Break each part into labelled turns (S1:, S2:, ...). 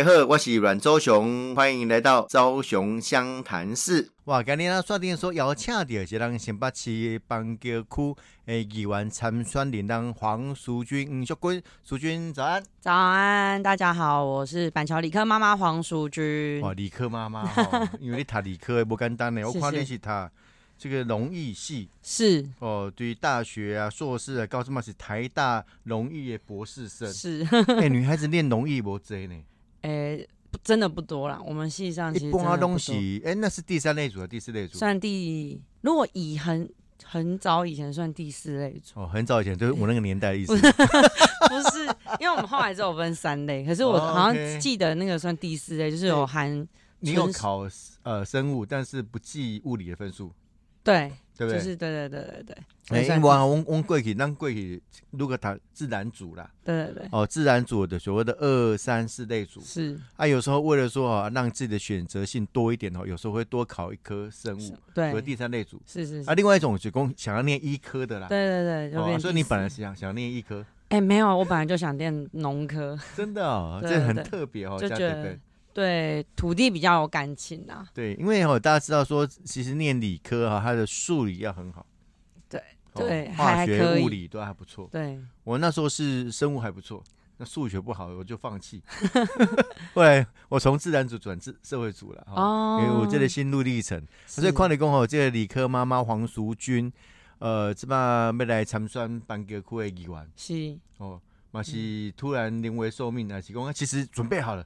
S1: 大家好，我是阮周雄，欢迎来到周雄湘潭市。
S2: 哇，今日咱决定说邀请到一个咱新北市板桥区诶议员参选人，咱黄淑君、黄淑君、淑君早安。
S3: 早安，大家好，我是板桥理科妈妈黄淑
S1: 嗯
S3: 君。
S2: 哇，哦理科妈 妈吼，因为你读理科诶，不简单呢。我
S3: 是
S2: 看
S3: 是
S2: 你是读这个农艺系
S3: 是
S2: 哦，对于大学啊、硕士啊，高中嘛是台大农艺的博 士生。
S3: 是，
S2: 哎、女孩子念农艺无济呢，
S3: 诶、不真的不多啦。我们系上其
S2: 一
S3: 实真
S2: 般
S3: 的
S2: 啊
S3: 不多
S2: 东，西，哎、那是第三类组的第四类组。
S3: 算第，如果以很很早以前算第四类组，
S2: 哦，很早以前就是我那个年代的意思
S3: 不。不是，因为我们后来只有分三类，可是我
S2: 哦
S3: 好
S2: OK
S3: 像记得那个算第四类，就是有含
S2: 你有
S3: 纯
S2: 考呃生物，但是不记物理的分数，
S3: 对，
S2: 对不对？
S3: 就是对对对对对，
S2: 哎、
S3: 算
S2: 欸，我我我过去，咱过去如果读自然组啦，
S3: 对对对，
S2: 哦，自然组的所谓的二三四类组
S3: 是，
S2: 啊，有时候为了说啊，让自己的选择性多一点哦，有时候会多考一科生物和
S3: 对，
S2: 嗯第三类组
S3: 是是是，
S2: 啊。另外一种是公想要念医科的啦，
S3: 对对对，就
S2: 哦
S3: 变、
S2: 啊所以你本来是想想念医科，
S3: 哎、没有，我本来就想念农科。
S2: 真的 哦，
S3: 对
S2: 这很
S3: 对
S2: 特别哦，
S3: 就
S2: 加
S3: 觉
S2: 对
S3: 得
S2: 对
S3: 对土地比较有感情啊。
S2: 对，因为哦，大家知道说，其实念理科哈、它的数理要很好，
S3: 对
S2: 哦
S3: 对还
S2: 化
S3: 还
S2: 学
S3: 可以
S2: 物理都还不错，
S3: 对，
S2: 我那时候是生物还不错，那数学不好我就放 弃。后来我从自然组转至社会组了，哦，因为我这个心路历程。所以矿
S3: 是
S2: 理工吼，这个理科妈妈黄淑君，呃，这么要来参选班格库的议员
S3: 是
S2: 哦，嘛
S3: 嗯
S2: 是突然临危受命啊，是讲其实准备好了，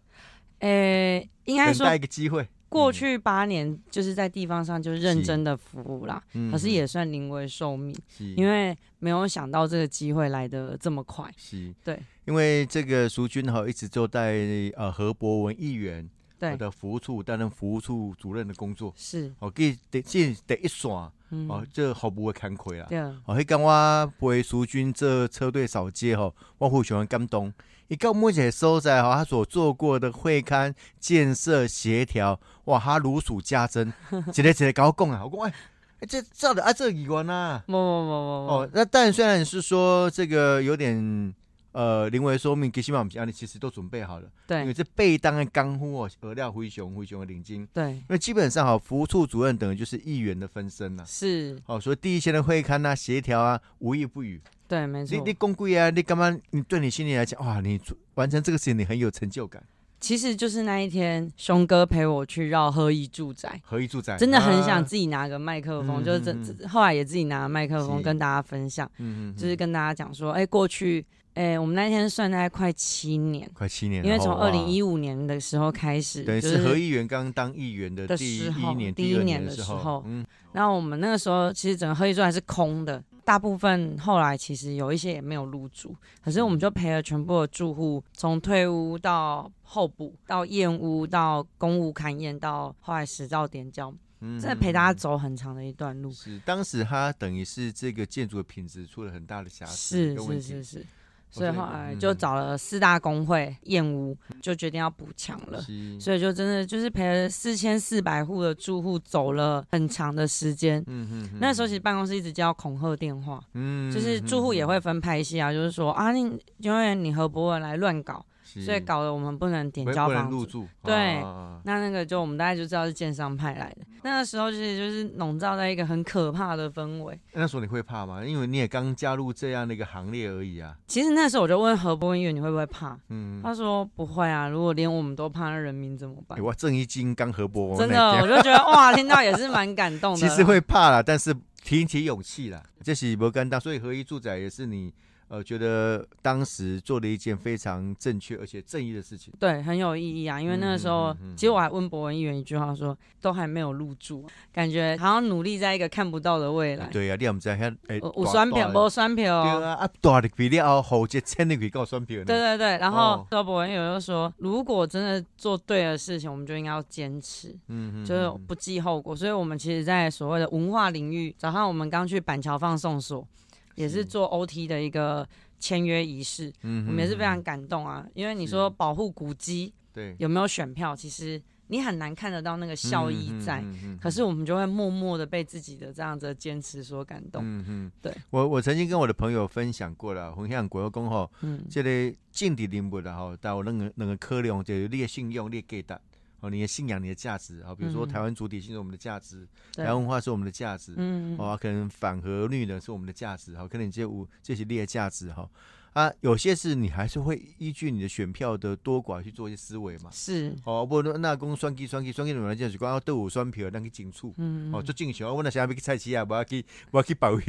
S3: 诶，应该
S2: 等
S3: 说
S2: 待一嗯个机会。
S3: 过去八年就是在地方上就认真的服务啦，
S2: 嗯
S3: 可是也算临危受命，
S2: 是
S3: 因为没有想到这个机会来的这么快。
S2: 是
S3: 对，
S2: 因为这个淑君哈一直就在呃何博文议员
S3: 对，
S2: 的服务处担任服务处主任的工作。
S3: 是，
S2: 哦，计第即第一线哦，
S3: 嗯，
S2: 这服务的工课啦。
S3: 对，
S2: 哦，迄天我陪淑君这车队扫街吼，我非常感动。伊到目前所在吼，他所做过的会刊建设协调，哇，他如数家 珍，一个一个甲我讲啊，我讲哎、哎这照的啊，这议员啊，
S3: 不不不不
S2: 哦，那但虽然是说这个有点呃临危受命，其实嘛，我们你其实都准备好了，
S3: 不，
S2: 因为
S3: 对
S2: 这被当的干货哦，饵料灰熊灰熊的领巾。
S3: 对
S2: 因为基本上哈，服务处主任等于就是议员的分身啦、
S3: 是，
S2: 哦，所以第一线的会刊啊、协调啊，无一不语。
S3: 对，没
S2: 你
S3: 错
S2: 你。公贵啊，你干嘛？你对你心里来讲，哇，你做完成这个事情，你很有成就感。
S3: 其实就是那一天，熊哥陪我去绕合一住宅。
S2: 合一住宅
S3: 真的很
S2: 啊
S3: 想自己拿个麦克风，
S2: 嗯
S3: 就是
S2: 嗯嗯
S3: 这后来也自己拿麦克风
S2: 是
S3: 跟大家分享，
S2: 嗯嗯，
S3: 就是
S2: 嗯
S3: 跟大家讲说，哎、过去，哎、我们那天算大概快七年，
S2: 快七年了，
S3: 因为从
S2: 哦哇
S3: 二零一五年的时候开始，
S2: 等于
S3: 就是
S2: 合议员刚当议员的
S3: 的
S2: 第
S3: 时
S2: 一
S3: 候
S2: 年、
S3: 第一
S2: 二
S3: 年
S2: 的
S3: 的时
S2: 候
S3: 候，
S2: 嗯，
S3: 然后我们那个时候其实整个合议座还是空的，大部分后来其实有一些也没有入住，可是我
S2: 嗯
S3: 们就陪了全部的住户，从退屋到候补，到验屋，到公务勘验，到后来实照点交，
S2: 嗯
S3: 真的陪大家。
S2: 嗯嗯
S3: 走很长的一段路。
S2: 是，当时他等于是这个建筑的品质出了很大的瑕疵
S3: 是
S2: 跟问
S3: 是
S2: 题，
S3: 是是，所以
S2: 所以
S3: 后来
S2: 嗯
S3: 就找了四大工会燕屋，就决定要补强了。
S2: 是
S3: 所以就真的就是陪了四千四百户的住户走了很长的时间。
S2: 嗯嗯
S3: 那时候其实办公室一直接到恐吓电话，
S2: 嗯
S3: 就是住户也，会分派系啊，就是说啊，你因为你何伯文来乱搞，所
S2: 所
S3: 以搞得我们不能点
S2: 不
S3: 交
S2: 不能
S3: 房
S2: 入
S3: 子。
S2: 住，
S3: 对
S2: 啊
S3: 那那个就我们大概就知道是建商派来的。那个时候其实就是笼罩在一个很可怕的氛围。
S2: 那时候你会怕吗？因为你也刚加入这样的一个行列而已啊。
S3: 其实那时候我就问何伯文议员你会不会怕，
S2: 嗯，
S3: 他说不会啊，如果连我们都怕，那人民怎么办
S2: 欸、？哇，正一金刚河伯，
S3: 真的， 我就觉得哇，听到也是蛮感动的。
S2: 其实，会怕啦，但是挺起勇气啦，这是不干当。所以合一住宅也是你呃觉得当时做的一件非常正确而且正义的事情。
S3: 对，很有意义啊。因为那个时候，
S2: 嗯嗯嗯嗯
S3: 其实我还问博文议员一句话说，都还没有入住，感觉好像努力在一个看不到的未来。
S2: 对啊，你也不知道那哎，
S3: 我有酸
S2: 票
S3: 票，没酸票
S2: 对
S3: 哦。
S2: 啊，啊大的比例后后接千的可以告选票呢。
S3: 对对对，然后
S2: 哦
S3: 周博文议员就说，如果真的做对的事情，我们就应该要坚持，
S2: 嗯，嗯
S3: 就是
S2: 嗯
S3: 不计后果。所以，我们其实，在所谓的文化领域，早上我们刚去板桥放送所，也
S2: 是
S3: 是做 OT 的一个签约仪式。
S2: 嗯嗯
S3: 我们也是非常感动啊，因为你
S2: 是
S3: 说保护古迹
S2: 对，
S3: 有没有选票，其实你很难看得到那个效益在。
S2: 嗯嗯嗯
S3: 可是我们就会默默的被自己的这样子的坚持所感动。
S2: 嗯嗯，
S3: 对
S2: 我我曾经跟我的朋友分享过了，分享过我讲吼，
S3: 嗯，
S2: 这个政治人物啦吼，但有两个两个可能就是你的信用、你的价值，哦，你的信仰、你的价值啊，比如说
S3: 嗯
S2: 台湾主体性是我们的价值，
S3: 对
S2: 台湾文化是我们的价值，
S3: 嗯，
S2: 哦，啊可能反核绿呢是我们的价值，哈，可能这五这些列价值哈，啊，有些是你还是会依据你的选票的多寡去做一些思维嘛，
S3: 是，
S2: 哦，不那那公算计算计算计，我们就是讲啊，都有选票咱去争取，
S3: 嗯，
S2: 哦，做竞选，啊我那想要去菜市啊，我要去我要去保卫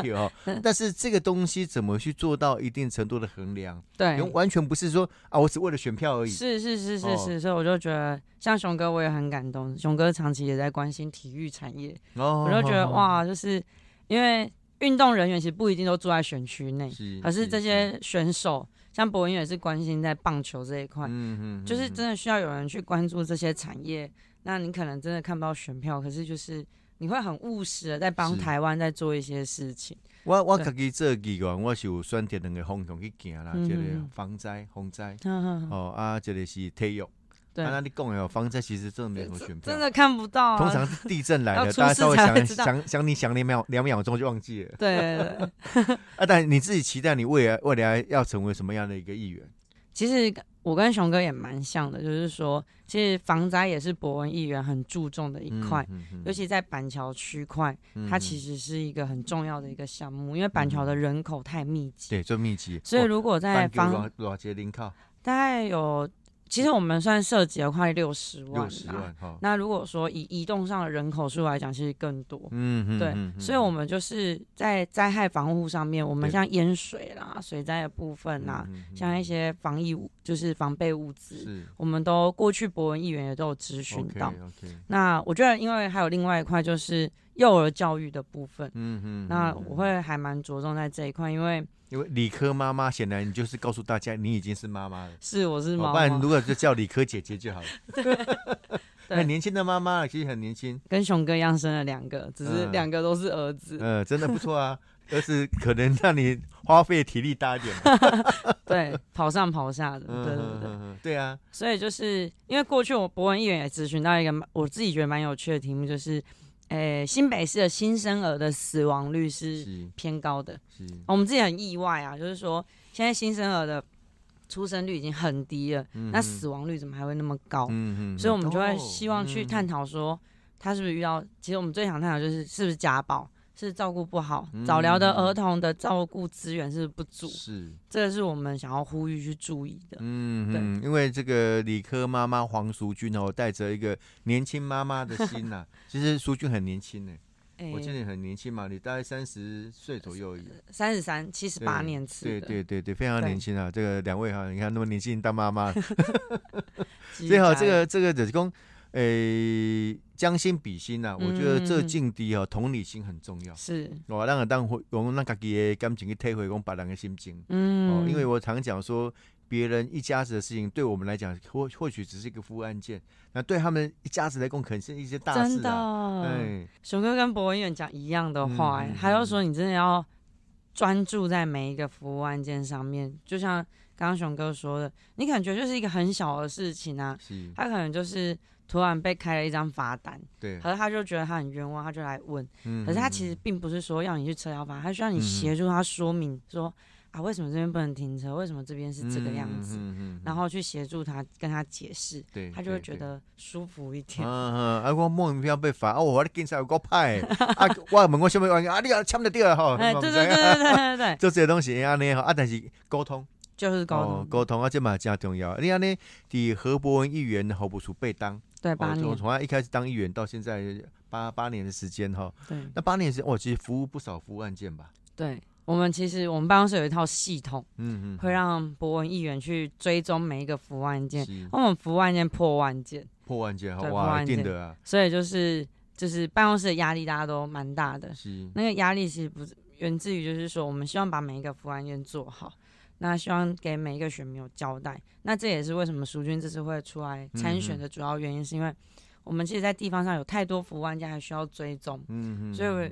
S2: 票哦，但是这个东西怎么去做到一定程度的衡量，
S3: 对，
S2: 完全不是说啊，我只为了选票而已，
S3: 是是是
S2: 哦
S3: 是是，所以我就觉得，像熊哥我也很感动，熊哥长期也在关心体育产业，
S2: 哦，
S3: 我就觉得
S2: 哦，
S3: 哇，就是因为运动人员其实不一定都住在选区内，
S2: 是
S3: 可是这，些选手，像博文也是关心在棒球这一块，
S2: 嗯嗯，
S3: 就是
S2: 嗯
S3: 真的需要有人去关注这些产业。那你可能真的看不到选票，可是就是你会很务实的在帮
S2: 是
S3: 台湾在做一些事情。
S2: 我我
S3: 对
S2: 家己做议员，我是有选择两个方向去行啦，
S3: 嗯
S2: 一个
S3: 嗯
S2: 防灾、洪灾，
S3: 嗯，
S2: 哦啊，一个是体育。
S3: 对
S2: 啊，那你讲的哦，防灾其实真的没什么选票
S3: 真。的看不到、啊。
S2: 通常地震来
S3: 要
S2: 了，
S3: 出
S2: 大家
S3: 事
S2: 稍微
S3: 才会
S2: 想
S3: 知道
S2: 想想你想两秒两秒钟就忘记了
S3: 对对对，
S2: 啊！但你自己期待你未来未来要成为什么样的一个议员？
S3: 其实我跟熊哥也蛮像的，就是说，其实防灾也是博文议员很注重的一块，
S2: 嗯，嗯嗯
S3: 尤其在板桥区块，
S2: 嗯
S3: 它
S2: 嗯
S3: 其实是一个很重要的一个项目，因为板桥的人口太密集，
S2: 对最哦密集，
S3: 所以如果在
S2: 防
S3: 防
S2: 罗杰林靠
S3: 大概有，其实我们算涉及了快六十万啊
S2: 六十
S3: 啦。
S2: 万哈，
S3: 那如果说以移动上的人口数来讲，其实更多。
S2: 嗯嗯
S3: 对
S2: 嗯，嗯
S3: 所以我们就是在灾害防护上面，我们
S2: 对
S3: 像淹水啦、水灾的部分啦，
S2: 嗯嗯嗯
S3: 像一些防疫物，就是防备物资，
S2: 是
S3: 我们都过去博文议员也都有咨询到。
S2: OK，
S3: 那我觉得，因为还有另外一块就是幼儿教育的部分，
S2: 嗯嗯，
S3: 那
S2: 嗯
S3: 我会还蛮着重在这一块，因为
S2: 因为理科妈妈显然你就是告诉大家你已经是妈妈了，
S3: 是我是
S2: 哦
S3: 妈
S2: 不然
S3: 妈，
S2: 如果就叫理科姐姐就好了。
S3: 对
S2: 很年轻的妈妈了，其实很年轻，
S3: 跟熊哥一样生了两个，只是
S2: 嗯
S3: 两个都是儿子。
S2: 呃，真的不错啊。儿子可能让你花费体力大一点嘛，
S3: 对，跑上跑下的，
S2: 嗯
S3: 对对对。
S2: 嗯对啊，
S3: 所以就是因为过去我博文议员也咨询到一个蛮我自己觉得蛮有趣的题目，就是，诶，新北市的新生儿的死亡率是
S2: 是
S3: 偏高的。
S2: 是，
S3: 我们自己很意外啊，就是说现在新生儿的出生率已经很低了，
S2: 嗯
S3: 那
S2: 哼
S3: 死亡率怎么还会那么高？
S2: 嗯嗯嗯
S3: 所以我们就会希望去探讨说，他是不是遇到？其实我们最想探讨就是是不是家暴，是照顾不好，早疗的
S2: 嗯
S3: 儿童的照顾资源是不是不足，
S2: 是，
S3: 这个是我们想要呼吁去注意的。
S2: 嗯
S3: 对
S2: 嗯，因为这个理科妈妈黄淑君哦，带着一个年轻妈妈的心呐，其实淑君很年轻呢，嗯我记得你很年轻嘛，你大概三十岁左右而已。
S3: 三十三七十八年次
S2: 对
S3: 的，
S2: 对对对，非常
S3: 对
S2: 年轻啊！这个两位哈，你看那么年轻当妈妈了，
S3: 积
S2: 最好
S3: 家
S2: 这个这个就是讲，诶、将心比心呐、啊，我觉得这
S3: 嗯
S2: 境地哦，同理心很重要。
S3: 是
S2: 我让当回用那家己的感情去体会，讲别人的心情、
S3: 嗯
S2: 哦。因为我常讲说，别人一家子的事情，对我们来讲，或或许只是一个服务案件，那对他们一家子来讲，可能是一些大
S3: 真
S2: 事啊。
S3: 的，哦
S2: 哎，
S3: 熊哥跟博文院讲一样的话、
S2: 嗯
S3: 哎
S2: 嗯
S3: 他又说你真的要专注在每一个服务案件上面，就像刚刚熊哥说的，你感觉就是一个很小的事情啊，
S2: 是，
S3: 他可能就是突然被开了一张罚单，
S2: 对。
S3: 可是他就觉得他很冤枉，他就来问。
S2: 嗯
S3: 可是他
S2: 嗯
S3: 其实
S2: 嗯
S3: 并不是说要你去撤销罚，他需要你
S2: 嗯嗯
S3: 协助他说明说啊，为什么这边不能停车，为什么这边是这个样
S2: 嗯
S3: 子，
S2: 嗯嗯嗯
S3: 然后去协助他跟他解释，
S2: 对，
S3: 他就会
S2: 对
S3: 觉
S2: 对
S3: 得舒服一 点。
S2: 嗯嗯，啊，我莫名其妙被罚，啊，我的警察有够歹 的，啊，我问我什么原因，啊，你啊签就对了吼，
S3: 哎，
S2: 我
S3: 对
S2: 不
S3: 对
S2: 知
S3: 对
S2: 道
S3: 对对对对，
S2: 就这些东西安尼吼，啊，但是沟通，
S3: 就是沟
S2: 哦
S3: 通，
S2: 沟通啊，这嘛真重要。你安尼，伫何伯文议员候补处被当，
S3: 对
S2: 哦
S3: 八
S2: 从
S3: 年，
S2: 从他一开始当议员到现在八八年的时间哈，
S3: 对
S2: 那八年的时间，哦，其实服务不少服务案件吧，
S3: 对。我们其实我们办公室有一套系统，
S2: 嗯嗯，
S3: 会啊让博文议员去追踪每一个服务案件，
S2: 是
S3: 那我们服务案件破万件。
S2: 破案件哈，
S3: 对破
S2: 哇，一
S3: 案
S2: 定
S3: 件
S2: 的啊，
S3: 所以就是就是办公室的压力大家都蛮大的，
S2: 是，
S3: 那个压力其实不是源自于就是说我们希望把每一个服务案件做好，那希望给每一个选民有交代，那这也是为什么淑君这次会出来参选的主要原因，是因为我们其实，在地方上有太多服务案件还需要追踪，
S2: 嗯嗯，
S3: 所以我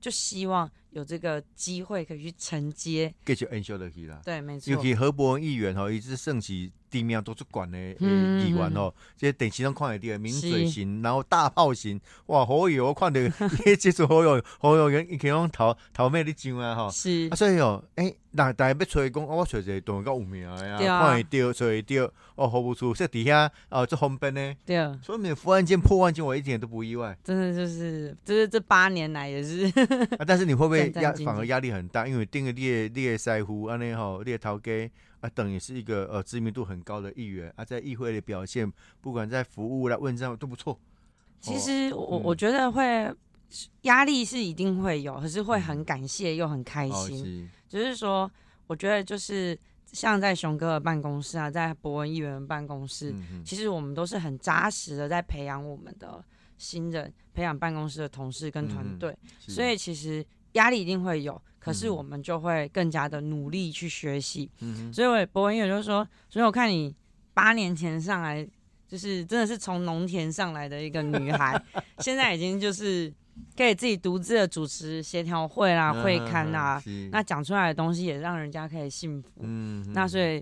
S3: 就希望有这个机会可以去承接，
S2: 继续 e n 落去啦。
S3: 对，没错
S2: 尤，其何伯文议员吼，伊是算是地面都是管的
S3: 嗯
S2: 议员哦，这等其中看得到的抿嘴
S3: 是
S2: 型，然后大炮型，哇，好友我看 到迄即阵好友好友人伊可以用头头尾咧上啊吼。
S3: 是
S2: 啊，所以哦，诶、那大家要找伊讲，哦，我找一个动较有名的啊，
S3: 对啊
S2: 看会到，找会到，哦，服务处说底下哦，做方便呢，
S3: 对了，
S2: 所以忽然间破万间，我一点都不意外
S3: 真的就是，就是这八年来也是，
S2: 啊。但是你会不会
S3: 战战
S2: 压
S3: 兢兢
S2: 反而压力很大？因为定个列列赛乎安内吼，列陶给啊，等也是一个呃知名度很高的议员啊，在议会的表现，不管在服务啦、问政都不错。
S3: 其实我、
S2: 嗯
S3: 我觉得会压力是一定会有，可是会很感谢又很开
S2: 哦，
S3: 心。
S2: 是
S3: 就是说，我觉得就是像在熊哥的办公室啊，在博文议员的办公室，
S2: 嗯嗯
S3: 其实我们都是很扎实的在培养我们的新人，培养办公室的同事跟团队，
S2: 嗯是
S3: 所以其实压力一定会有，可是
S2: 嗯
S3: 我们就会更加的努力去学习。
S2: 嗯
S3: 所以我博文议员就说，所以我看你八年前上来，就是真的是从农田上来的一个女 孩，现在已经就是可以自己独自的主持协调会啦、
S2: 嗯
S3: 啊会刊啦、
S2: 嗯是
S3: 那讲出来的东西也让人家可以信服。
S2: 嗯
S3: 那所
S2: 以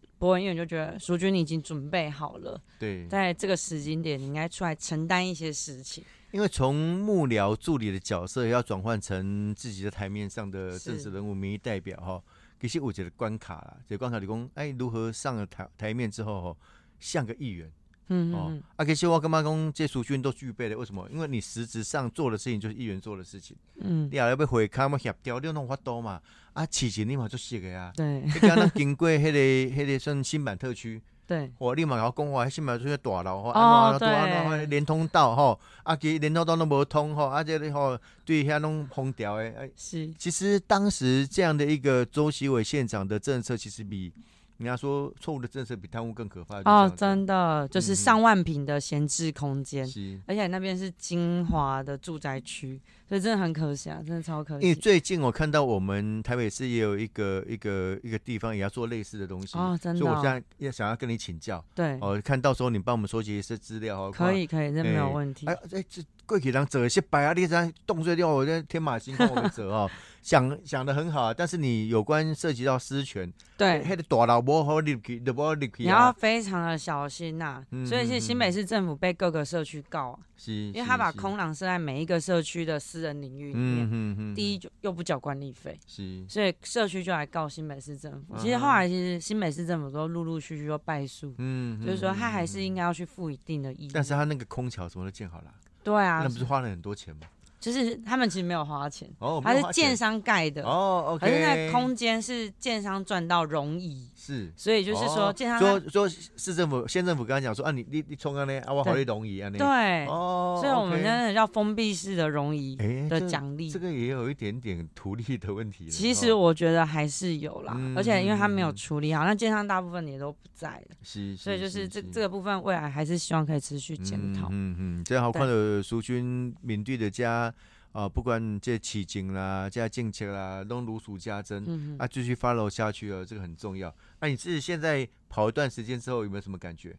S3: 以博文远就觉得，淑君你已经准备好了，
S2: 对，
S3: 在这个时间点，你应该出来承担一些事情。
S2: 因为从幕僚助理的角色要转换成自己的台面上的政治
S3: 是
S2: 人物、民意代表哈，其实我觉得关卡啦，这个关卡理工哎，如何上了台台面之后哦，像个议员
S3: 嗯
S2: 哦，
S3: 嗯
S2: 啊，其实我跟妈公这属军都具备了，为什么？因为你实质上做的事情就是议员做的事情，
S3: 嗯，。
S2: 你也要被回看嘛，协调你弄法多嘛，啊，事情你嘛就熟个啊
S3: 对
S2: 你刚刚经过迄、个、 迄、个算新版特区，
S3: 对
S2: 我立马甲我讲话，迄新版出去大楼吼，
S3: 哦
S2: 安怎安怎安
S3: 对
S2: 怎连通道吼，啊，其实连通道都无通吼，啊，这个吼对遐拢封掉诶。哎
S3: 是，
S2: 其实当时这样的一个周习伟县长的政策，其实比人家说错误的政策比贪污更可怕。就
S3: 哦，
S2: 这样
S3: 真的就是
S2: 嗯
S3: 上万平的闲置空间
S2: 子。是。
S3: 而且那边是金华的住宅区，所以真的很可惜啊，真的超可
S2: 因为
S3: 惜
S2: 最近我看到我们台北市也有一个一个一个地方也要做类似的东西，
S3: 哦，真的
S2: 所以我现
S3: 哦、
S2: 在也想要跟你请教
S3: 对，
S2: 哦，看到时候你帮我们收集一些资料哦，看
S3: 可以可以，这没有
S2: 哎
S3: 问题
S2: 哎，，这这过去人做一些白啊，你在动碎掉，我在天马行空我们做 哦，想想的很好啊，但是你有关涉及到私权，
S3: 对，
S2: 那个大老婆和入去，老婆入
S3: 你
S2: 去
S3: 要
S2: 啊，
S3: 非常的小心呐、
S2: 嗯
S3: 所以是
S2: 嗯
S3: 新北市政府被各个社区告啊，
S2: 是，
S3: 因为他把
S2: 是，
S3: 空廊设在每一个社区的私人领域
S2: 是
S3: 里面，
S2: 嗯嗯嗯，
S3: 第
S2: 一
S3: 一就又不缴管理费，
S2: 是，
S3: 所以社区就来告新北市政府。
S2: 嗯
S3: 其实后来其实新北市政府都陆陆续续都败诉，
S2: 嗯，
S3: 就是说
S2: 嗯
S3: 他还
S2: 嗯
S3: 是
S2: 嗯
S3: 应该要去负一定的义务。
S2: 但是他那个空桥什么都建好了，
S3: 对啊
S2: 那不，是花了很多钱吗？
S3: 就是他们其实没有花钱，
S2: 哦，
S3: 他
S2: 没有
S3: 是
S2: 花
S3: 建
S2: 钱
S3: 商盖的，
S2: 哦，OK，
S3: 可是那空间是建商赚到容易，
S2: 是。
S3: 所以就是说
S2: 哦
S3: 建商
S2: 说说市政府、县政府跟他讲说啊，你你你冲啊呢，啊我好你容易啊呢。
S3: 对，
S2: 哦，
S3: 所以我们
S2: OK
S3: 真的叫封闭式的容易
S2: 哎
S3: 的
S2: 这
S3: 奖励
S2: 这。个也有一点点图利的问题了。
S3: 其实
S2: 哦
S3: 我觉得还是有啦，
S2: 嗯
S3: 而且因为他没有
S2: 嗯嗯
S3: 处理好，那建商大部分也都不在了，
S2: 是，
S3: 所以就是这这个部分未来还是希望可以持续检讨。
S2: 嗯嗯，这好看的苏军面对的家啊，不管这起景啦、这政策啦，都如数家珍。
S3: 嗯哼，
S2: 啊，继续 follow 下去哦，这个很重要。那、你自己现在跑一段时间之后，有没有什么感觉？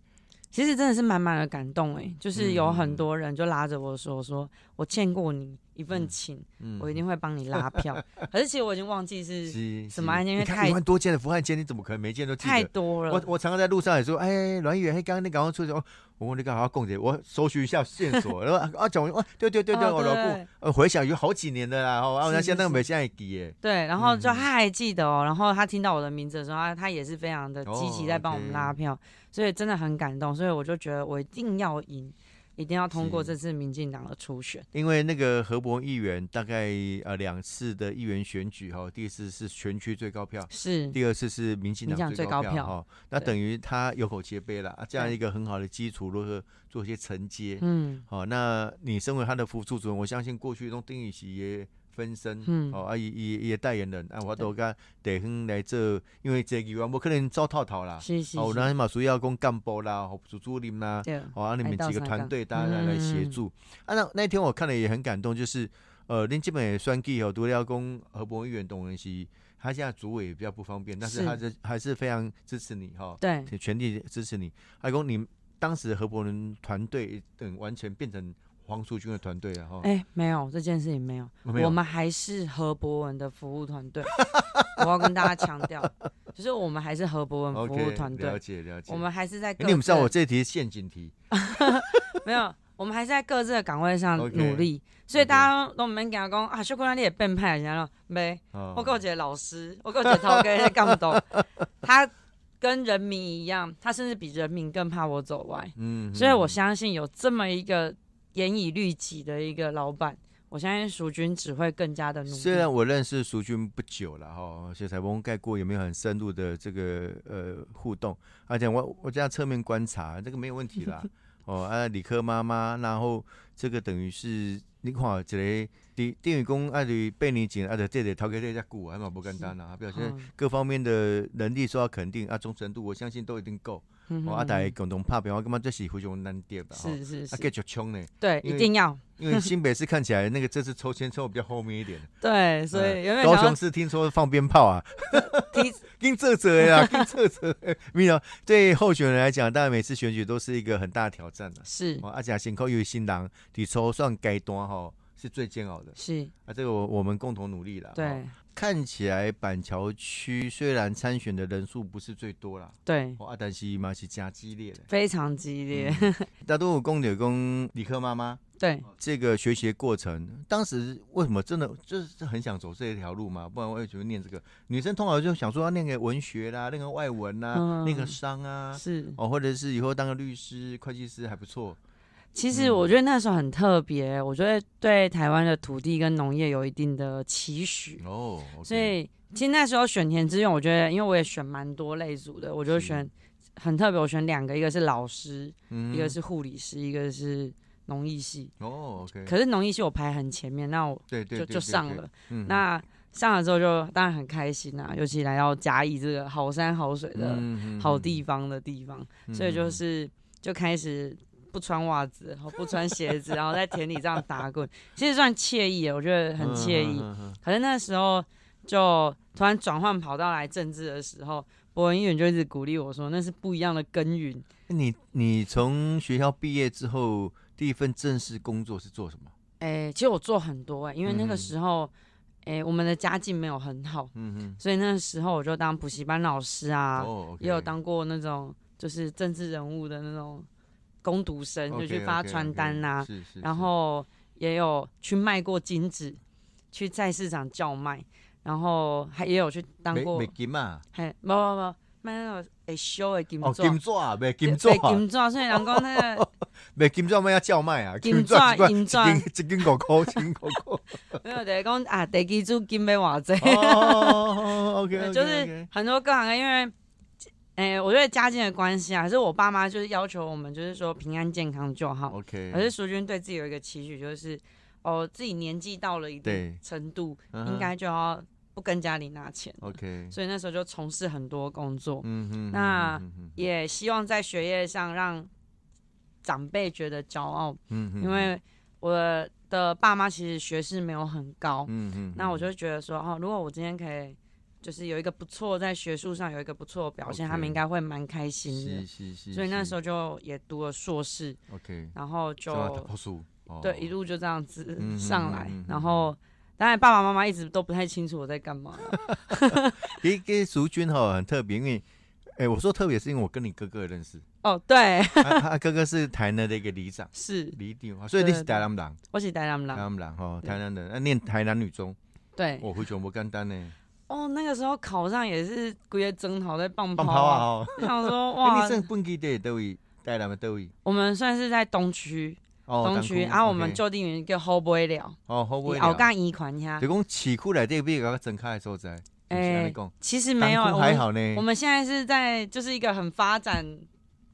S3: 其实真的是满满的感动哎、就是有
S2: 嗯嗯嗯
S3: 很多人就拉着我说，说我欠过你一份情，
S2: 嗯，
S3: 我一定会帮你拉 票。可是其实我已经忘记是
S2: 是
S3: 什么案件因
S2: 你
S3: 为
S2: 看
S3: 太
S2: 一万多件的伏汉奸，你怎么可能每一件都记
S3: 太
S2: 得？
S3: 多了。
S2: 我我常常在路上也说，哎，阮议员，嘿，刚刚你赶快出去，哦我问你干啥供姐，我搜寻一下线索，然后啊讲完，哇，对对对对，
S3: 哦
S2: 我老公
S3: 对，
S2: 呃，回想有好几年的啦，哦，啊，
S3: 是
S2: 那
S3: 是
S2: 现在
S3: 是
S2: 没现在记耶，
S3: 对，然后就
S2: 嗯
S3: 他还记得哦，然后他听到我的名字的时候，他他也是非常的积极
S2: 哦
S3: 在帮我们
S2: OK
S3: 拉票，所以真的很感动，所以我就觉得我一定要赢，一定要通过
S2: 是
S3: 这次民进党的初选。
S2: 因为那个何伯文议员大概呃两次的议员选举哈，哦第一次是全区最高票。
S3: 是，
S2: 第二次是民进
S3: 民
S2: 党
S3: 进党
S2: 最
S3: 最
S2: 高
S3: 高
S2: 票
S3: 票
S2: 哈、哦那
S3: 对
S2: 等于他有口皆碑了啊，这样
S3: 对
S2: 一个很好的基础，如何做一些承接？
S3: 嗯
S2: 好、那你身为他的副处主任，我相信过去中丁禹兮也分身，
S3: 嗯
S2: 哦，啊，伊伊伊的代言人，啊，我都甲地方来做，因为这个员无可能走透透啦，
S3: 是是
S2: 哦，有
S3: 是，
S2: 那嘛需要讲干部啦、副主任啦，
S3: 对，
S2: 哦，啊，你们几个团队大家来来
S3: 嗯
S2: 协助。啊，那那天我看了也很感动，就是呃，恁基本也算计哦，独立工何伯文议员董文熙，他现在主委也比较不方便，但是
S3: 是
S2: 他这还是非常支持你哈、哦，
S3: 对，
S2: 全力支持你。阿公，你当时何伯伦团队等完全变成黄淑君的团队了哈？
S3: 哎、没有这件事情没有，
S2: 没有
S3: 我们还是何博文的服务团队，我要跟大家强调，就是我们还是何博文服 务
S2: OK，
S3: 团队
S2: 了解了解。
S3: 我们还是在
S2: 哎
S3: 各
S2: 你们知道
S3: 自
S2: 我这题是陷阱题，
S3: 没有，我们还是在各自的岗位上
S2: OK，
S3: 努力所以大家都没讲讲啊，小姑娘你也变派，人家说没，
S2: 我
S3: 我跟我姐老师，我跟我姐涛哥在干不懂， 他跟人民一样，他甚至比人民更怕我走歪，
S2: 嗯
S3: 所以我
S2: 嗯
S3: 相信有这么一个严以律己的一个老板，我相信淑君只会更加的努力。
S2: 虽然我认识淑君不久了哈，所以才蒙盖过也没有很深入的这个呃互动，而且我我这样侧面观察，这个没有问 题啦。哦，啊，理科妈妈，然后这个等于是你看一个电电影工，啊，你八年前啊，就这个头家这家股，还蛮不简单啊，表现
S3: 嗯
S2: 各方面的能力受到肯定啊，忠诚度我相信都一定够。
S3: 嗯
S2: 哦，啊，大家共同拍拼，我感觉这是非常难得吧？吼
S3: 是是
S2: 啊，继
S3: 是，
S2: 续冲呢，
S3: 对，
S2: 因为
S3: 一定要
S2: 因为新北市看起来那个这次抽签抽得比较后面一点。
S3: 对，所以有没
S2: 呃
S3: 有
S2: 高
S3: 想
S2: 雄
S3: 要
S2: 市听说放鞭炮 啊，
S3: 提
S2: 跟这者 呀，跟这者，没有对候选人来讲，当然每次选举都是一个很大的挑战的、啊。
S3: 是
S2: 哦，而且辛苦有新郎，你抽算该端哈是最煎熬的
S3: 是，
S2: 啊，这个我我们共同努力了。哦
S3: 对
S2: 看起来板桥区虽然参选的人数不是最多啦，
S3: 对，
S2: 哦，啊，嗯但是嘛是加激烈的。
S3: 非常激烈，
S2: 大多有公有公理科妈妈
S3: 对，
S2: 这个学习的过程，当时为什么真的就是很想走这一条路嘛？不然我也觉得念这个女生通常就想说要念个文学啦，念个外文啦，
S3: 嗯
S2: 念个商啊，
S3: 是。
S2: 哦，或者是以后当个律师、会计师还不错。
S3: 其实
S2: 嗯
S3: 我觉得那时候很特别，我觉得对台湾的土地跟农业有一定的期许，
S2: 哦，OK，
S3: 所以其实那时候选填志愿，我觉得因为我也选蛮多类组的，我就是选很特别，我选两个，一个是老师，
S2: 嗯
S3: 一个是护理师，一个是农艺系。
S2: 哦，OK，
S3: 可是农艺系我排很前面，那我
S2: 对对
S3: 就
S2: 对
S3: 就上，
S2: 对
S3: 了
S2: 对。嗯
S3: 那上了之后就当然很开心啊，尤其来到嘉义这个好山好水的
S2: 嗯嗯
S3: 好地方的地方，
S2: 嗯
S3: 所以就，是就开始不穿袜子，然后不穿鞋子，然后在田里这样打滚，其实算惬意耶，我觉得
S2: 嗯
S3: 很惬意。
S2: 嗯嗯嗯嗯
S3: 可是那时候就突然转换跑道来政治的时候，博文议员就一直鼓励我说那是不一样的耕耘。
S2: 你你从学校毕业之后，第一份正式工作是做什么？
S3: 哎、其实我做很多哎、因为那个
S2: 嗯
S3: 时候，哎、我们的家境没有很好，
S2: 嗯
S3: 所以那时候我就当补习班老师
S2: 嗯，
S3: 啊，
S2: 哦，OK，
S3: 也有当过那种就是政治人物的那种攻读生，就去
S2: OK，OK，OK，
S3: 发传单啊呐、
S2: 是是，
S3: 然
S2: 是
S3: 后也有去卖过金子，去菜市场叫卖，然后还也有去当过
S2: 美，金嘛，
S3: 还没有没有卖那种会修的金
S2: 哦，
S3: 纸，
S2: 金纸啊，卖金纸
S3: 对
S2: 啊，
S3: 金纸，所以人讲那个
S2: 卖金纸我们要叫卖啊，
S3: 金纸
S2: 纸一罐
S3: 银
S2: 一
S3: 纸
S2: 斤一斤五块，一斤五 块。
S3: 没有就是讲啊，地基主金要偌济，
S2: 哦，OK，
S3: 就是很多各行，因为。哎、我觉得家境的关系啊，还是我爸妈就是要求我们，就是说平安健康就好。
S2: OK，
S3: 哦可是淑君对自己有一个期许，就是哦，自己年纪到了一定
S2: 对
S3: 程度，
S2: 嗯哼
S3: 应该就要不跟家里拿钱，
S2: OK，
S3: 所以那时候就从事很多工作，
S2: 嗯哼，
S3: 那
S2: 嗯哼
S3: 也希望在学业上让长辈觉得骄傲，
S2: 嗯哼，
S3: 因为我的爸妈其实学识没有很高，
S2: 嗯哼，
S3: 那我就觉得说哦，如果我今天可以。就是有一个不错，在学术上有一个不错的表现
S2: OK
S3: 他们应该会蛮开心
S2: 是
S3: 的。
S2: 是是，
S3: 所以那时
S2: 候
S3: 候就也读了硕士，
S2: OK，
S3: 然后
S2: 就
S3: 就
S2: 要打破书，哦
S3: 对，一路就这样子
S2: 嗯
S3: 上来，
S2: 嗯嗯嗯
S3: 然后当然爸爸妈妈一直都不太清楚我在干嘛，
S2: 给给淑君哈很特别，因为。哎，我说特别是因为我跟你哥哥认 识，
S3: 哦，对，
S2: 他他哥哥是台南的一个里长，
S3: 是
S2: 里长，所以你是台南人，
S3: 我是台南
S2: 台南
S3: 人，
S2: 人哈，
S3: 对
S2: 台南人，那啊念台南女中，
S3: 对，
S2: 我非常不简单呢，
S3: 哦，那个时候考上也是规个争讨在棒
S2: 放
S3: 抛
S2: 炮啊哦，
S3: 我想说
S2: 欸、
S3: 哇
S2: 你，算本地的倒位，台南的倒位。
S3: 我们算是在东区，
S2: 哦
S3: 东区，
S2: 东
S3: 啊，我们
S2: OK
S3: 就地名叫后尾了，
S2: 哦后尾
S3: 后港移款呀
S2: 就，讲市区内底比较整开的所在。
S3: 哎
S2: 哎，讲
S3: 其实没有，啊
S2: 东区
S3: 我
S2: 还
S3: 们
S2: 好呢。
S3: 我们现在是在就是一个很发展，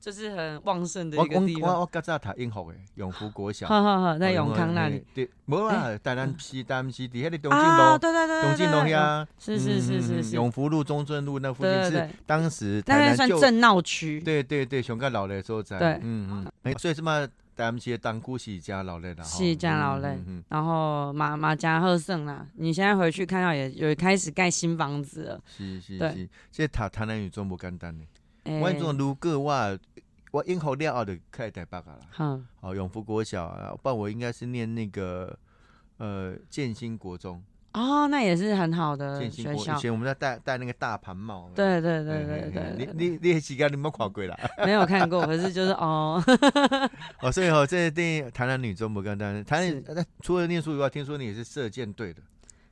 S3: 就是很旺盛的
S2: 我
S3: 一个地
S2: 我我
S3: 方，
S2: 我较早读永福的永福国小，
S3: 呵呵呵，在
S2: 哦
S3: 永康那。
S2: 永
S3: 里
S2: 福对，无啊，台南市台南市伫迄个东进
S3: 啊，
S2: 路，
S3: 对对对，对
S2: 东进
S3: 对
S2: 路
S3: 对
S2: 遐，
S3: 是是是
S2: 嗯
S3: 是
S2: 嗯
S3: 是，
S2: 永福路、中正路那附
S3: 对
S2: 近
S3: 对对
S2: 是当时
S3: 但
S2: 台
S3: 是
S2: 南
S3: 算
S2: 旧，
S3: 正闹区，
S2: 对对对，上较老的所在。
S3: 对
S2: 嗯嗯，哎所以什么台南市的东区是加老的啦，吼
S3: 是加老的
S2: 嗯嗯嗯
S3: 然后马马加赫盛啦，你现在回去看到也有开始盖新房子了，
S2: 是是
S3: 对
S2: 是，这读台南语总无简单嘞。
S3: 哎、
S2: 我种如果我我应考了后就开台北啊啦，
S3: 哼，
S2: 哦，永福国小啊，不然我应该是念那个呃建新国中，
S3: 哦，那也是很好
S2: 建
S3: 的呃学
S2: 兴国
S3: 校
S2: 以。前我们在戴戴那个大盘帽，
S3: 对对对
S2: 嘿嘿
S3: 对
S2: 嘿
S3: 对对，
S2: 你你你的膝盖你有没有垮过啦？
S3: 没有看过，可是就是哦，
S2: 哦，所以哦，这电影《台南女中》不简单。台南
S3: 是
S2: 呃除了念书以外，听说你也是射箭队的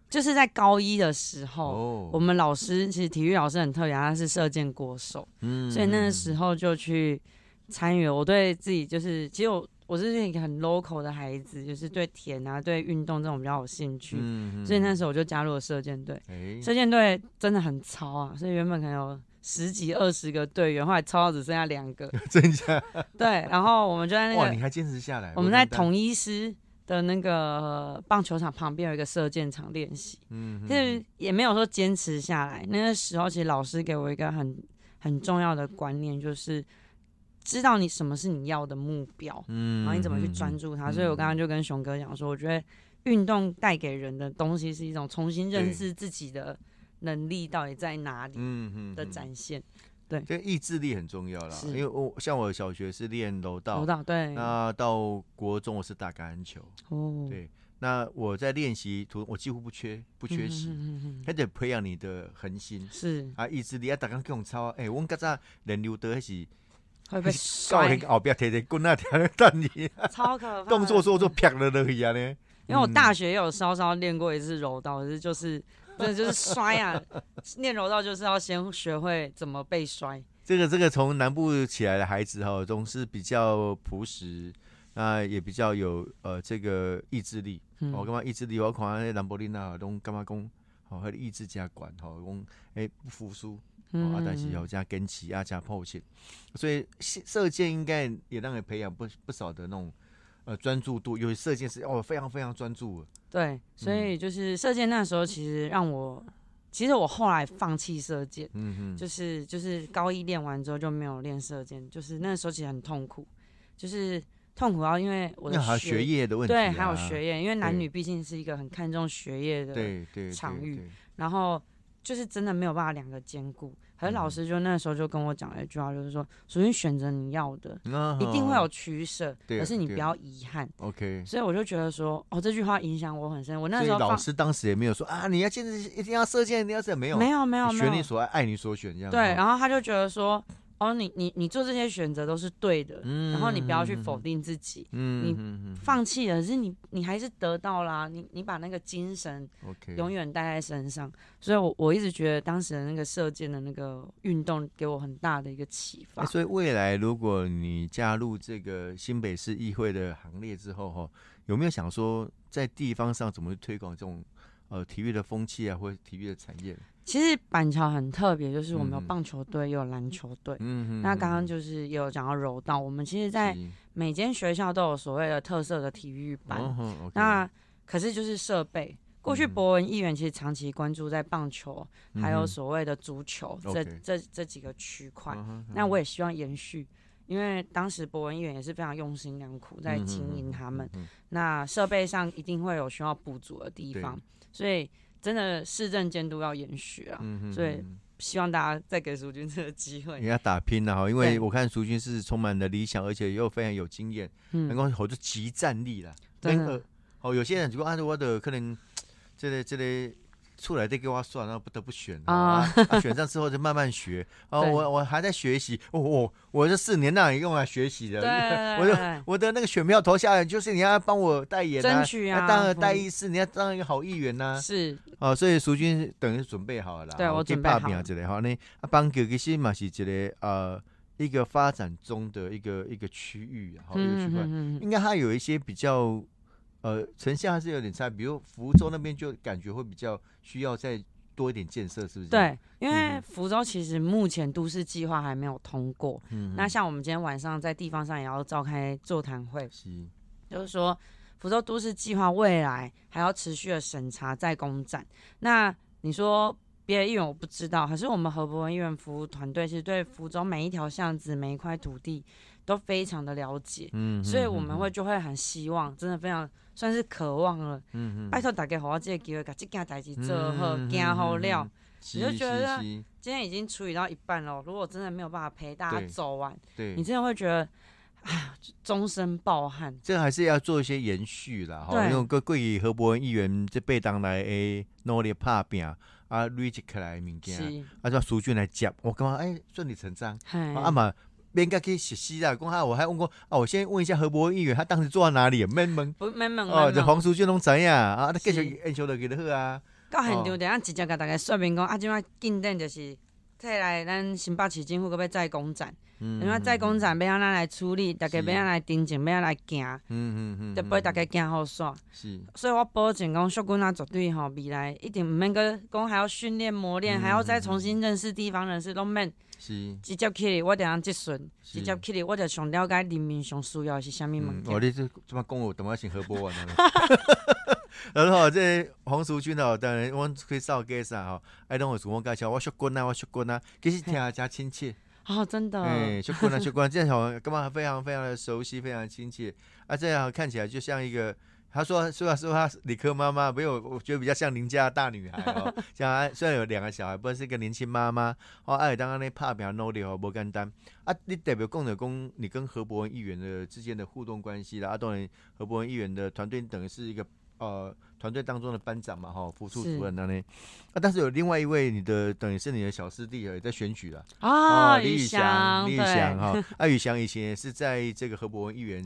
S3: 就是在高一的时候，
S2: 哦
S3: 我们老师其实体育老师很特别，他是射箭国手，
S2: 嗯
S3: 所以那个时候就去参与了。我对自己就是，其实我我是一个很 local 的孩子，就是对田啊、对运动这种比较有兴趣，
S2: 嗯
S3: 所以那时
S2: 候，
S3: 候我就加入了射箭队。
S2: 哎，
S3: 射箭队真的很超啊，所以原本可能有十几二十个队员，后来超到只剩下两个。
S2: 真假？
S3: 对，然后我们就在那
S2: 哇，
S3: 个
S2: 你还坚持下来？
S3: 我们在
S2: 不简单，
S3: 统一师的那个棒球场旁边有一个射箭场练习，
S2: 嗯
S3: 其实也没有说坚持下来。那个时候，其实老师给我一个很很重要的观念，就是知道你什么是你要的目标，
S2: 嗯
S3: 然后你怎么去专
S2: 注？
S3: 注它。所以我刚刚就跟熊哥讲说，我觉得运动带给人的东西是一种重新认识自己的能力到底在哪里
S2: 嗯嗯
S3: 的
S2: 嗯
S3: 展现。
S2: 这意志力很重要啦。
S3: 是
S2: 因为我像我小学是练柔道
S3: 舞，蹈对
S2: 那到国中我是打橄榄球。
S3: 哦，
S2: 对，那我在练习途，我几乎不缺不缺
S3: 嗯
S2: 席，
S3: 嗯嗯嗯嗯
S2: 还得培养你的恒心
S3: 是
S2: 啊，意志力啊，大家用操啊。哎，我们较早人流得是
S3: 会被
S2: 教
S3: 摔
S2: 练，后壁提提棍啊， 跳咧等你，
S3: 超可怕。
S2: 动作做做啪了落去啊呢。
S3: 因为我
S2: 嗯
S3: 大学也有稍稍练过一次柔道，可是就是真的就是摔啊， 练柔道就是要先学会怎么被摔。
S2: 这个这个从南部起来的孩子哈、总是比较朴实，那、也比较有呃这个意志力。
S3: 嗯
S2: 我感觉意志力，我看那兰博利娜拢感觉讲，吼、哦，迄意志加管吼，讲诶不服输，哦啊，但是
S3: 嗯
S2: 有加坚持啊，加迫切，所以射射箭应该也让你培养不不少的那种呃专注度，有射箭是哦非常非常专注的，
S3: 对，所以
S2: 嗯
S3: 就是射箭那时候其实让我，其实我后来放弃射箭，
S2: 嗯嗯，
S3: 就是就是高一练完之后就没有练射箭，就是那时候其实很痛苦，就是痛苦到因为我
S2: 那
S3: 的
S2: 还有学业的问题、啊，
S3: 对，还有学
S2: 业，
S3: 业，因为男
S2: 对
S3: 女毕竟是一个很看重学业的
S2: 对对
S3: 场域，
S2: 对对
S3: 然后就是真的没有办法两个兼顾。可是
S2: 嗯
S3: 老师就那时候就跟我讲了一句话，就是说，首先选择你要的，
S2: 那
S3: 一定会有取舍，
S2: 对啊
S3: 可是你
S2: 对啊
S3: 不要遗憾。
S2: OK。
S3: 所以我就觉得说，哦，这句话影响我很深。我那
S2: 所以
S3: 时候
S2: 老
S3: 放
S2: 师当时也没有说啊，你要坚持，一定要射箭，一定要射，没有，
S3: 没有没有
S2: 你
S3: 没
S2: 选你
S3: 有，
S2: 所爱，爱你所选这样。
S3: 对，
S2: 后
S3: 然后他就觉得说，哦，你你你做这些选择都是对的，
S2: 嗯
S3: 然后你不要去否定自己。
S2: 嗯
S3: 你
S2: 嗯
S3: 放弃了，可是你你还是得到啦，你你把那个精神
S2: OK，
S3: 永远带在身上，所以我我一直觉得当时的那个射箭的那个运动给我很大的一个启发
S2: 哎。所以未来如果你加入这个新北市议会的行列之后，哈，有没有想说在地方上怎么去推广这种呃体育的风气啊，或者体育的产业？
S3: 其实板桥很特别，就是我们有
S2: 嗯
S3: 棒球队，也有篮球队。
S2: 嗯
S3: 那刚刚就是也有讲到柔道，我们其实，在每间学校都有所谓的特色的体育班。
S2: 哦，
S3: 那可是就是设备，过去
S2: 嗯
S3: 博文议员其实长期关注在棒球，还有所谓的足球、这
S2: OK 哦
S3: 这这几个区块。
S2: 嗯
S3: 那我也希望延续，因为当时博文议员也是非常用心良苦
S2: 嗯
S3: 在经营他们。那设备上一定会有需要补足的地
S2: 对
S3: 方，所以真的市政监督要延续啊。
S2: 嗯
S3: 所以希望大家再给淑君这个机
S2: 你
S3: 会。
S2: 要打拼了哈，因为
S3: 对
S2: 我看淑君是充满了理想，而且又非常有经验，能
S3: 嗯，
S2: 够好多集战力啦。
S3: 真
S2: 那
S3: 的
S2: 个哦，有些人如果按照我的可能，这类这类出来再给我算，然后不得不选哦
S3: 啊
S2: 啊啊选上之后就慢慢 学。哦，
S3: 对
S2: 我我还在学习，哦我我这四年让你用来学习的。
S3: 对对
S2: 我
S3: 对
S2: 的
S3: 对
S2: 我的那个选票投下来，就是你要帮我代言、啊，
S3: 争取啊
S2: 要当个
S3: 嗯
S2: 代议士，你要当一个好议员呐、
S3: 是
S2: 啊。所以淑君等于准备好了啦，哦
S3: 对我
S2: 去
S3: 准备
S2: 打
S3: 好
S2: 拼
S3: 了
S2: 一个哈，那啊，邦球其实嘛是一个呃一个发展中的一个一个区域啊，哈一个区
S3: 嗯
S2: 块。
S3: 嗯嗯
S2: 应该它有一些比较，呃，城乡还是有点差，比如福州那边就感觉会比较需要再多一点建设，是不是？，
S3: 对，因为
S2: 嗯
S3: 福州其实目前都市计划还没有通过。
S2: 嗯
S3: 那像我们今天晚上在地方上也要召开座谈会，
S2: 是，嗯
S3: 就是说，福州都市计划未来还要持续的审查再公展。那你说别的议员我不知道，可是我们何伯文议员服务团队其实对福州每一条巷子、每一块土地都非常的了解，
S2: 嗯
S3: 所以我们会，就会很希望，真的非常算是渴望了。
S2: 嗯嗯
S3: 拜托大家给我这个机会，把这件代志做好，
S2: 嗯
S3: 行好了。，
S2: 你
S3: 你就觉得今天已经处理到一半了，如果真的没有办法陪大
S2: 对
S3: 家走完，
S2: 对，
S3: 你真的会觉得啊终身暴汗。
S2: 这还是要做一些延续啦，哈，
S3: 对
S2: 因为个贵于何伯文议员这被当来诶努力拍拼啊，累积起来的物件，
S3: 是，
S2: 啊，叫苏俊来接，我感觉哎顺理成章，
S3: 嗨，
S2: 啊嘛。免甲去实施啦，讲哈，我还问过啊，我先问一下何伯文议员，他当时坐在哪里？免问
S3: 不慢慢
S2: 哦，
S3: 慢
S2: 这
S3: 慢，
S2: 黄淑俊拢知影啊，那继
S3: 嗯是
S2: 续研究落去就好啊。
S3: 到现
S2: 哦
S3: 场就咱直接甲大家说明讲，啊，即摆进展就是退来咱新北市政府搁要再工展，
S2: 嗯
S3: 因为嗯再工展要安怎来处理，大家
S2: 是
S3: 要安怎来定情，要安怎来行，
S2: 嗯嗯嗯，
S3: 就陪大家行好煞。
S2: 是
S3: 所以我保证讲，小军啊绝对吼未来一定毋免个讲还要训练磨
S2: 嗯
S3: 练，还要再重新认识地方人士，拢免
S2: 是。
S3: 直接去哩，我得通即顺，
S2: 是
S3: 直接去哩，我就上了解人民上需要的是啥物
S2: 嗯
S3: 物，
S2: 我
S3: 件。
S2: 你这这么讲，我等下先喝波完了。 然后这黄淑君哦，当然我可以少介绍吼，哎，让我主动介绍，我小军啊，我小军啊，其实听下加亲切，
S3: 哦，真的，
S2: 哎，小军啊，小军啊， 这好干嘛非常非常的熟悉，非常亲切啊，这样看起来就像一个。他说：“虽然说他理科妈妈，没有，我觉得比较像邻家的大女孩 哦。像她虽然有两个小孩，不过是一个年轻妈妈哦。哎，当然那怕比较努力哦，不简单。啊，你代表共的公，你跟何伯文议员的之间的互动关系啦，啊，当然何伯文议员的团队等于是一个呃团队当中的班长嘛，哈，副处
S3: 是
S2: 主任那呢，啊，但是有另外一位你的等于是你的小师弟哦也在选举了，
S3: 啊，
S2: 哦李宇
S3: 翔，
S2: 李宇
S3: 对
S2: 翔，哈，啊，宇翔以前也是在这个何伯文议员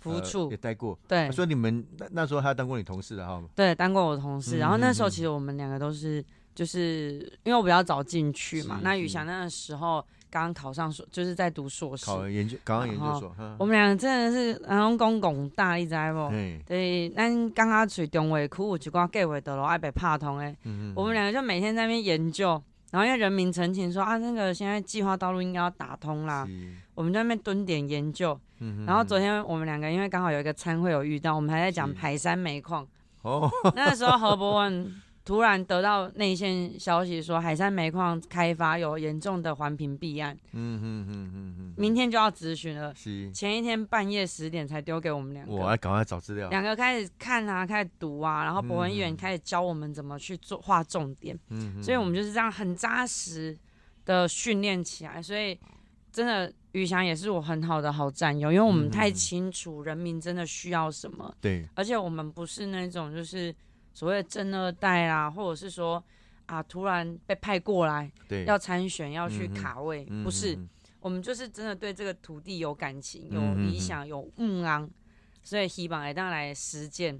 S3: 服
S2: 呃
S3: 处
S2: 也，待过，啊
S3: 对
S2: 所以你们那那时候他当过你同事的哈，
S3: 对，当过我同事。
S2: 嗯
S3: 然后那时
S2: 嗯
S3: 候其实我们两个都是，就是因为我比较早进去嘛
S2: 是，
S3: 那
S2: 是
S3: 宇翔那时候刚考上硕，就是在读硕士。
S2: 考研究，考上研
S3: 然
S2: 究
S3: 后
S2: 所，哈
S3: 我们两个真的是，然后公拱大，你知无？
S2: 哎，
S3: 对，咱刚刚去中卫区有一寡计划道路爱被拍通的，
S2: 嗯嗯
S3: 我们两个就每天在那边研究。然后因为人民澄清说啊，那个现在计划道路应该要打通啦，
S2: 是嗯
S3: 我们就在那边蹲点研究。
S2: 嗯嗯
S3: 然后
S2: 嗯
S3: 昨天我们两个因为刚好有一个参会有遇到，我们还在讲
S2: 是
S3: 排山煤矿。
S2: 哦，
S3: 那时候何伯文突然得到内线消息说，海山煤矿开发有严重的环评弊案，
S2: 嗯嗯嗯嗯嗯，
S3: 明天就要咨询了。
S2: 是，
S3: 前一天半夜十点才丢给我们两
S2: 我啊
S3: 个
S2: 要，赶快找资料，
S3: 两个开始看啊，开始读啊，然后伯文议员
S2: 嗯
S3: 开始教我们怎么去做画重点，
S2: 嗯，嗯
S3: 所以我们就是这样很扎实的训练起来。所以真的，宇翔也是我很好的好战友，因为我们
S2: 嗯
S3: 太清楚人民真的需要什么，
S2: 对，
S3: 而且我们不是那种就是所谓的正二代啦，或者是说啊突然被派过来
S2: 对，
S3: 要参选要去
S2: 嗯哼
S3: 卡位，
S2: 嗯
S3: 不是，
S2: 嗯
S3: 我们就是真的对这个土地有感情、
S2: 嗯
S3: 有
S2: 哼
S3: 理
S2: 哼
S3: 想、有梦昂，所以希望来当来实践。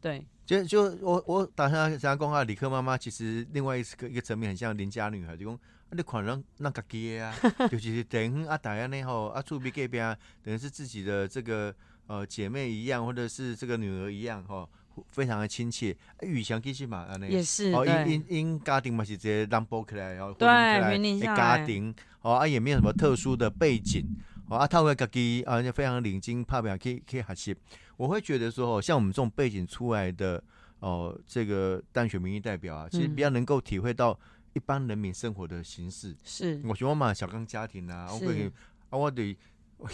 S3: 对，
S2: 就就我我打算想要讲啊，理科妈妈其实另外一个一个层面很像邻家女孩，就讲啊，你看人那家己的啊，就是等于啊，大家呢吼啊，厝边隔壁啊，等于是自己的这个呃姐妹一样，或者是这个女儿一样吼、非常的亲切。啊宇翔其实嘛，安尼
S3: 也是、
S2: 哦，因
S3: 对，
S2: 因因家庭嘛是直接让包起来，然哦后
S3: 对
S2: 来
S3: 云林
S2: 的
S3: 下
S2: 家
S3: 来
S2: 庭，哦啊也没有什么特殊的背景，哦啊透过家己啊就非常领经拍表去去学习。我会觉得说，哦，像我们这种背景出来的哦，这个当选民意代表啊，其实
S3: 嗯
S2: 比较能够体会到一般人民生活的形式。
S3: 是
S2: 我喜欢嘛小康家庭啊，我
S3: 是
S2: 会啊我对。我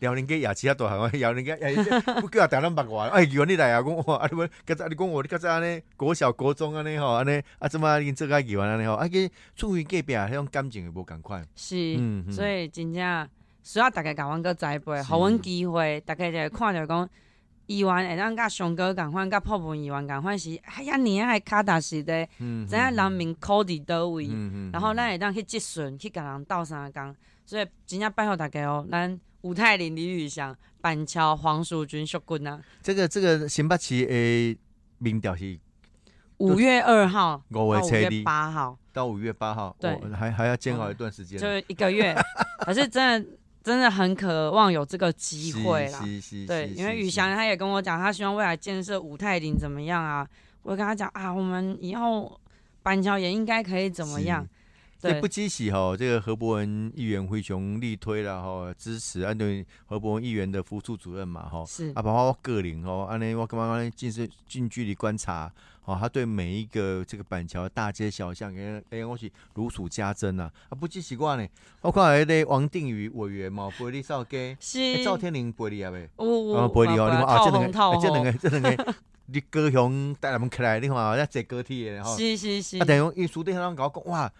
S2: 辽宁给亚旗啊，大汉啊，辽宁给哎，不叫大咱白话，哎，原你来啊，讲哇，啊你们，较早你讲我，你较早安尼，国小、国中安尼吼，安尼啊，怎么已经做个语言安尼吼，啊，计处于隔壁迄种感情也无共款，
S3: 是，
S2: 嗯嗯
S3: 所以真正需要大家甲阮哥栽培，
S2: 是
S3: 互阮机会，大家就会看着讲。议员会当甲上哥共款，甲破文议员共款是，哎呀，你还卡达是的，
S2: 嗯，
S3: 知影人民苦伫倒位，
S2: 嗯，嗯
S3: 然后咱会当去质询，去甲人斗相共，所以真正拜托大家哦，咱吴泰林、李宇翔、板桥、黄淑君、秀君啊，
S2: 这个这个新北市诶民调是
S3: 五月二号
S2: 五
S3: 到
S2: 月
S3: 五
S2: 初二
S3: 月八号，
S2: 到五月八号，
S3: 对
S2: 我还还要煎熬一段时间，
S3: 就一个 月，可是真的真的很渴望有这个机会啦。
S2: 是是是，
S3: 对，
S2: 是
S3: 因为宇
S2: 是
S3: 翔他也跟我讲，他希望未来建设五泰林怎么样啊？我跟他讲啊，我们以后板桥也应该可以怎么样？
S2: 这
S3: 对
S2: 不，惊喜哈，这个何伯文议员会熊力推了哈，支持安对何伯文议员的副处主任嘛哈，
S3: 是
S2: 啊，包括我个人哦，安尼我刚刚近是近距离观察，哦，他对每一个这个板桥大街小巷，哎哎，我是如数家珍呐、啊，啊不计习惯呢，我看迄个王定宇委员嘛，玻璃少给，哎
S3: 是，
S2: 赵天林玻璃啊呗，
S3: 呜呜
S2: 啊玻璃哦，你看啊
S3: 透
S2: 这
S3: 红
S2: 两个，
S3: 透
S2: 哎这两
S3: 红，
S2: 个这两个，你高雄带他们起来，你看啊，咱坐高铁的吼。
S3: 是是是
S2: 啊，，等于因为书店上甲我讲哇，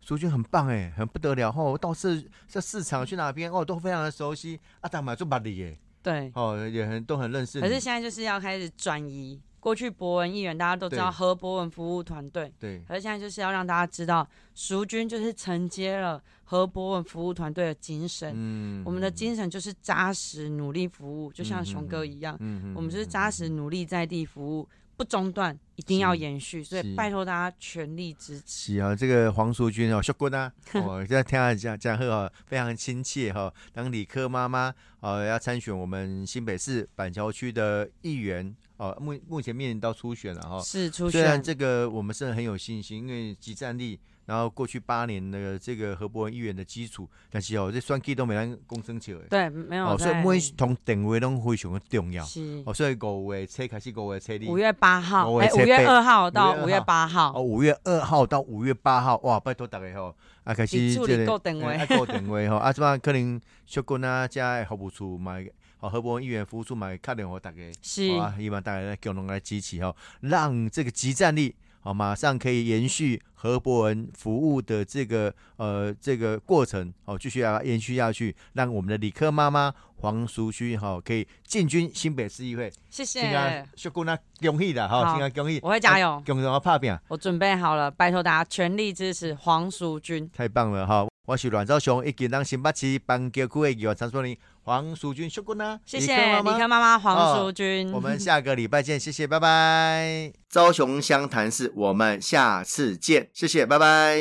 S2: 苏军很棒哎，很不得了哦。到市这市场去哪边哦，都非常的熟悉。啊阿达买做巴里耶，
S3: 对。
S2: 哦，也很都很认识你。
S3: 可是现在就是要开始转移。过去博文议员大家都知道
S2: 对
S3: 何博文服务团队，
S2: 对
S3: 可是现在就是要让大家知道，淑君就是承接了何博文服务团队的精神。
S2: 嗯
S3: 我们的精神就是扎实努力服务，就像熊哥一样，
S2: 嗯
S3: 我们就是扎实努力在地服务，不中断，一定要
S2: 是
S3: 延续。所
S2: 是
S3: 以拜托大家全力支持。
S2: 是啊，这个黄淑君哦，小姑呢，哦，现在听她讲讲呵哦，非常亲切哈、哦。当理科妈妈哦，要参选我们新北市板桥区的议员哦，目目前面临到初选了哈、哦。
S3: 是出
S2: 虽然
S3: 选，
S2: 这个我们是很有信心，因为集战力，然后过去八年的这个何伯文议员的基础，但是哦，这算计都没人共生起来。
S3: 对，没有
S2: 哦，所以
S3: 在。
S2: 每一同定位拢非常的重要。
S3: 是
S2: 哦，所以五月车开始五月车哩。
S3: 五月八号，
S2: 哦我
S3: 哎，
S2: 也
S3: 五月
S2: 切背
S3: 二号到
S2: 5
S3: 五
S2: 月
S3: 月
S2: 2
S3: 八
S2: 哦，
S3: 号，
S2: 五月二号到五月八号，哇，拜托大家吼，啊，开始
S3: 你处理
S2: 这个
S3: 够定位
S2: 哎够定位吼，啊，即摆可能小姑啊，遮服务处嘛，哦，何伯文议员服务处嘛，打电话大家，
S3: 是
S2: 好啊，希望大家来共同来支持吼，让这个集战力。好，马上可以延续何伯文服务的这个呃这个过程，好、继续啊延续下去，让我们的理科妈妈黄淑君哈、可以进军新北市议会，
S3: 谢
S2: 真啊
S3: 谢，，
S2: 小姑啊恭喜啦，
S3: 好
S2: 哈，真啊恭喜，
S3: 我会加油。
S2: 共同拍拼。
S3: 我准备好了，拜托大家全力支持黄淑君。
S2: 太棒了哈！我是阮兆雄，以及咱新北市板桥区的议员参选人黄淑君小姑呢，
S3: 谢
S2: 李
S3: 谢
S2: 克妈
S3: 李
S2: 妈
S3: 克妈妈黄
S2: 哦
S3: 淑君。
S2: 我们下个礼拜见，谢谢，拜拜。
S1: 昭雄湘潭市，我们下次见，谢谢，拜拜。